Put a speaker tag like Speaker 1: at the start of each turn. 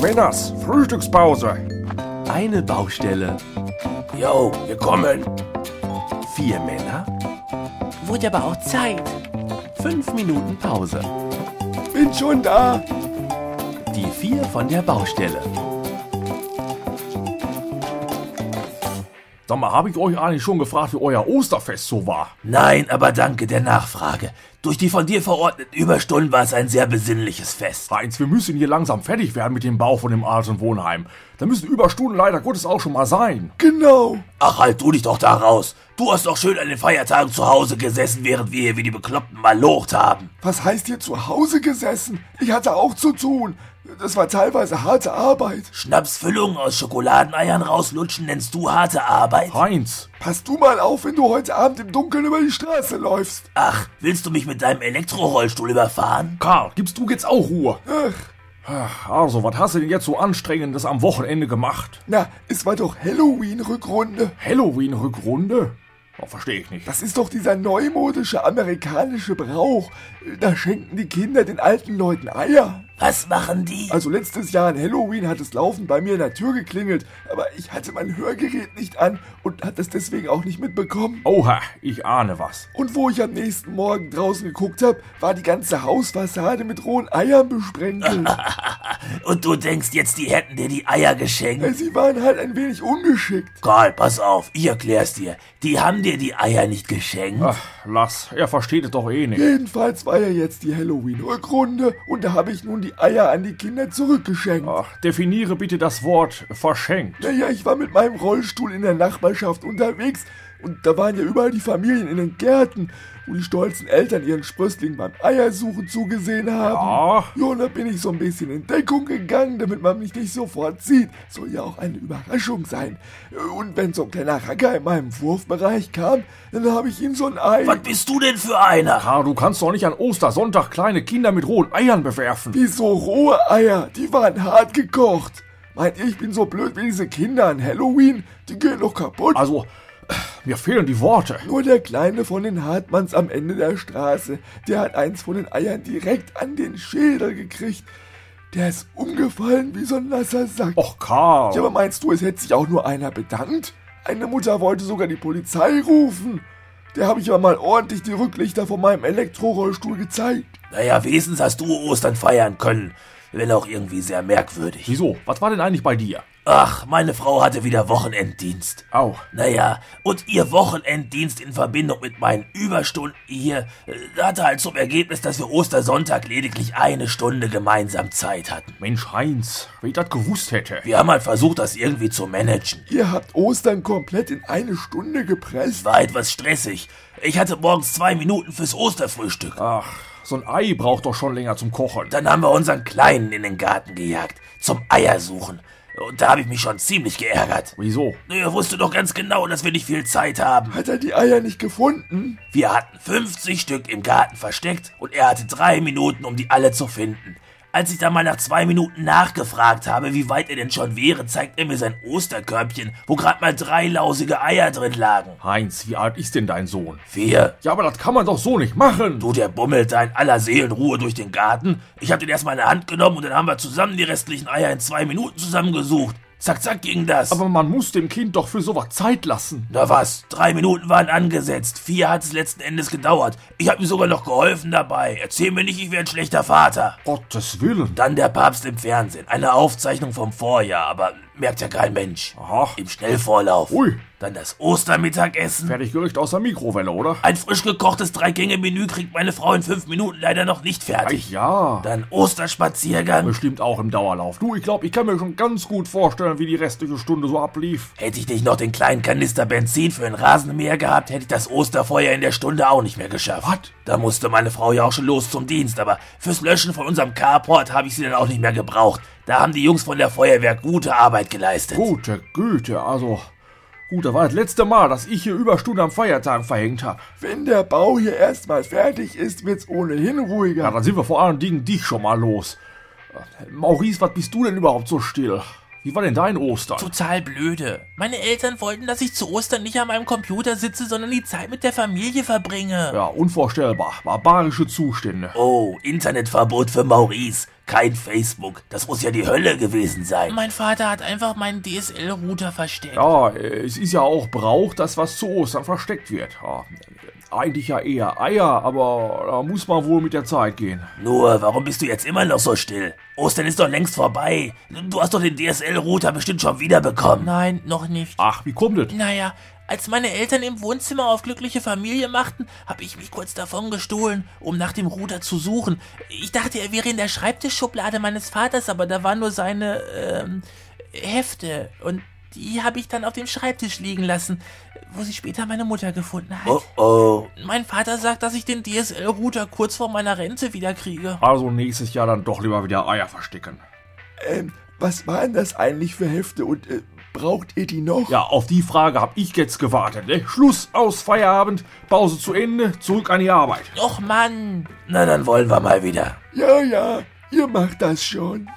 Speaker 1: Männers, Frühstückspause.
Speaker 2: Eine Baustelle.
Speaker 1: Yo, wir kommen.
Speaker 2: Vier Männer. Wurde aber auch Zeit. Fünf Minuten Pause.
Speaker 1: Bin schon da.
Speaker 2: Die vier von der Baustelle.
Speaker 1: Sag mal, habe ich euch eigentlich schon gefragt, wie euer Osterfest so war?
Speaker 2: Nein, aber danke der Nachfrage. Durch die von dir verordneten Überstunden war es ein sehr besinnliches Fest.
Speaker 1: Heinz, wir müssen hier langsam fertig werden mit dem Bau von dem Art- und Wohnheim. Da müssen Überstunden leider Gottes auch schon mal sein. Genau.
Speaker 2: Ach, halt du dich doch da raus. Du hast doch schön an den Feiertagen zu Hause gesessen, während wir hier wie die Bekloppten mal locht haben.
Speaker 1: Was heißt hier zu Hause gesessen? Ich hatte auch zu tun. Das war teilweise harte Arbeit.
Speaker 2: Schnapsfüllungen aus Schokoladeneiern rauslutschen nennst du harte Arbeit?
Speaker 1: Heinz,
Speaker 3: Pass du mal auf, wenn du heute Abend im Dunkeln über die Straße läufst.
Speaker 2: Ach, willst du mich mit deinem Elektrorollstuhl überfahren?
Speaker 1: Karl, gibst du jetzt auch Ruhe?
Speaker 3: Ach,
Speaker 1: Ach, Also, was hast du denn jetzt so Anstrengendes am Wochenende gemacht?
Speaker 3: na, es war doch Halloween-Rückrunde.
Speaker 1: Halloween-Rückrunde? Oh, verstehe ich nicht.
Speaker 3: Das ist doch dieser neumodische amerikanische Brauch. Da schenken die Kinder den alten Leuten Eier.
Speaker 2: Was machen die?
Speaker 3: Also letztes Jahr an Halloween hat es laufend bei mir in der Tür geklingelt, aber ich hatte mein Hörgerät nicht an und hat es deswegen auch nicht mitbekommen.
Speaker 1: Oha, ich ahne was.
Speaker 3: Und wo ich am nächsten Morgen draußen geguckt habe, war die ganze Hausfassade mit rohen Eiern besprenkelt.
Speaker 2: Und du denkst jetzt, die hätten dir die Eier geschenkt?
Speaker 3: Sie waren halt ein wenig ungeschickt.
Speaker 2: Karl, pass auf, ich erklär's dir. Die haben dir die Eier nicht geschenkt.
Speaker 1: Ach, lass, er versteht es doch eh nicht.
Speaker 3: Jedenfalls war ja jetzt die Halloween-Rückrunde und da habe ich nun die Eier an die Kinder zurückgeschenkt.
Speaker 1: Ach, definiere bitte das Wort verschenkt.
Speaker 3: Naja, ich war mit meinem Rollstuhl in der Nachbarschaft unterwegs und da waren ja überall die Familien in den Gärten, wo die stolzen Eltern ihren Sprösslingen beim Eiersuchen zugesehen haben.
Speaker 1: Ah,
Speaker 3: Ja, und da bin ich so ein bisschen in Deckung gegangen, damit man mich nicht sofort sieht. Soll ja auch eine Überraschung sein. Und wenn so ein kleiner Racker in meinem Wurfbereich kam, dann habe ich ihm so ein Ei.
Speaker 2: Was bist du denn für einer?
Speaker 1: Karl, Ah, du kannst doch nicht an Ostersonntag kleine Kinder mit rohen Eiern bewerfen.
Speaker 3: Wieso rohe Eier? Die waren hart gekocht. Meint ihr, ich bin so blöd wie diese Kinder an Halloween? Die gehen doch kaputt.
Speaker 1: Also, mir fehlen die Worte.
Speaker 3: Nur der Kleine von den Hartmanns am Ende der Straße, der hat eins von den Eiern direkt an den Schädel gekriegt. Der ist umgefallen wie so ein nasser Sack.
Speaker 1: Och, Karl.
Speaker 3: Ja, aber meinst du, es hätte sich auch nur einer bedankt? Eine Mutter wollte sogar die Polizei rufen. Der habe ich aber mal ordentlich die Rücklichter von meinem Elektrorollstuhl gezeigt.
Speaker 2: Naja, wenigstens hast du Ostern feiern können. Wenn auch irgendwie sehr merkwürdig.
Speaker 1: Wieso? Was war denn eigentlich bei dir?
Speaker 2: Ach, meine Frau hatte wieder Wochenenddienst.
Speaker 1: Au.
Speaker 2: Naja, und ihr Wochenenddienst in Verbindung mit meinen Überstunden hier äh, hatte halt zum Ergebnis, dass wir Ostersonntag lediglich eine Stunde gemeinsam Zeit hatten.
Speaker 1: Mensch, Heinz, wenn ich das gewusst hätte.
Speaker 2: Wir haben halt versucht, das irgendwie zu managen.
Speaker 3: Ihr habt Ostern komplett in eine Stunde gepresst.
Speaker 2: War etwas stressig. Ich hatte morgens zwei Minuten fürs Osterfrühstück.
Speaker 1: Ach, so ein Ei braucht doch schon länger zum Kochen.
Speaker 2: Dann haben wir unseren Kleinen in den Garten gejagt, zum Eiersuchen. Und da habe ich mich schon ziemlich geärgert.
Speaker 1: Wieso?
Speaker 2: Er wusste doch ganz genau, dass wir nicht viel Zeit haben.
Speaker 3: Hat er die Eier nicht gefunden?
Speaker 2: Wir hatten 50 Stück im Garten versteckt und er hatte drei Minuten, um die alle zu finden. Als ich dann mal nach zwei Minuten nachgefragt habe, wie weit er denn schon wäre, zeigt er mir sein Osterkörbchen, wo gerade mal drei lausige Eier drin lagen.
Speaker 1: Heinz, wie alt ist denn dein Sohn?
Speaker 2: Vier.
Speaker 1: Ja, aber das kann man doch so nicht machen.
Speaker 2: Du, der bummelt da in aller Seelenruhe durch den Garten. Ich hab den erstmal in der Hand genommen und dann haben wir zusammen die restlichen Eier in zwei Minuten zusammengesucht. Zack, zack ging das.
Speaker 1: Aber Also, man muss dem Kind doch für sowas Zeit lassen.
Speaker 2: Na was, drei Minuten waren angesetzt, vier hat es letzten Endes gedauert. Ich hab ihm sogar noch geholfen dabei. Erzähl mir nicht, ich wäre ein schlechter Vater.
Speaker 1: Gottes Willen.
Speaker 2: Dann der Papst im Fernsehen. Eine Aufzeichnung vom Vorjahr, aber merkt ja kein Mensch.
Speaker 1: Aha.
Speaker 2: Im Schnellvorlauf.
Speaker 1: Ui.
Speaker 2: Dann das Ostermittagessen.
Speaker 1: Fertig gerückt aus der Mikrowelle, oder?
Speaker 2: Ein frisch gekochtes Drei-Gänge-Menü kriegt meine Frau in fünf Minuten leider noch nicht fertig.
Speaker 1: Ach ja.
Speaker 2: Dann Osterspaziergang.
Speaker 1: Bestimmt auch im Dauerlauf. Du, ich glaube, ich kann mir schon ganz gut vorstellen, wie die restliche Stunde so ablief.
Speaker 2: Hätte ich nicht noch den kleinen Kanister Benzin für ein Rasenmäher gehabt, hätte ich das Osterfeuer in der Stunde auch nicht mehr geschafft.
Speaker 1: What?
Speaker 2: Da musste meine Frau ja auch schon los zum Dienst, aber fürs Löschen von unserem Carport habe ich sie dann auch nicht mehr gebraucht. Da haben die Jungs von der Feuerwehr gute Arbeit geleistet.
Speaker 1: Gute Güte, also. Gut, das war das letzte Mal, dass ich hier Überstunden am Feiertag verhängt habe.
Speaker 3: Wenn der Bau hier erstmal fertig ist, wird's ohnehin
Speaker 1: Ja,
Speaker 3: ruhiger.
Speaker 1: dann sind wir vor allem Dingen dich schon mal los. Äh, Maurice, was bist du denn überhaupt so still? Wie war denn dein Ostern?
Speaker 4: Total blöde. Meine Eltern wollten, dass ich zu Ostern nicht an meinem Computer sitze, sondern die Zeit mit der Familie verbringe.
Speaker 1: Ja, unvorstellbar. Barbarische Zustände.
Speaker 2: Oh, Internetverbot für Maurice.
Speaker 5: kein Facebook. Das muss ja die Hölle gewesen sein.
Speaker 2: Mein Vater hat einfach meinen DSL-Router versteckt.
Speaker 1: Ja, äh, es ist ja auch Brauch, dass was zu Ostern versteckt wird. Ja, äh, eigentlich ja eher Eier, aber da muss man wohl mit der Zeit gehen.
Speaker 5: Nur, warum bist du jetzt immer noch so still? Ostern ist doch längst vorbei. Du hast doch den DSL-Router bestimmt schon wiederbekommen.
Speaker 2: Nein, noch nicht.
Speaker 1: Ach, wie kommt das?
Speaker 2: Naja, als meine Eltern im Wohnzimmer auf glückliche Familie machten, habe ich mich kurz davon gestohlen, um nach dem Router zu suchen. Ich dachte, er wäre in der Schreibtischschublade meines Vaters, aber da waren nur seine ähm, Hefte und die habe ich dann auf dem Schreibtisch liegen lassen, wo sie später meine Mutter gefunden hat.
Speaker 5: Oh oh.
Speaker 2: Mein Vater sagt, dass ich den DSL-Router kurz vor meiner Rente wieder kriege.
Speaker 1: Also nächstes Jahr dann doch lieber wieder Eier verstecken.
Speaker 3: Ähm, was waren das eigentlich für Hefte und äh, braucht ihr die noch?
Speaker 1: Ja, auf die Frage habe ich jetzt gewartet. Ne? Schluss aus Feierabend, Pause zu Ende, zurück an die Arbeit.
Speaker 2: Och Mann.
Speaker 5: Na, dann wollen wir mal wieder.
Speaker 3: Ja, ja, ihr macht das schon.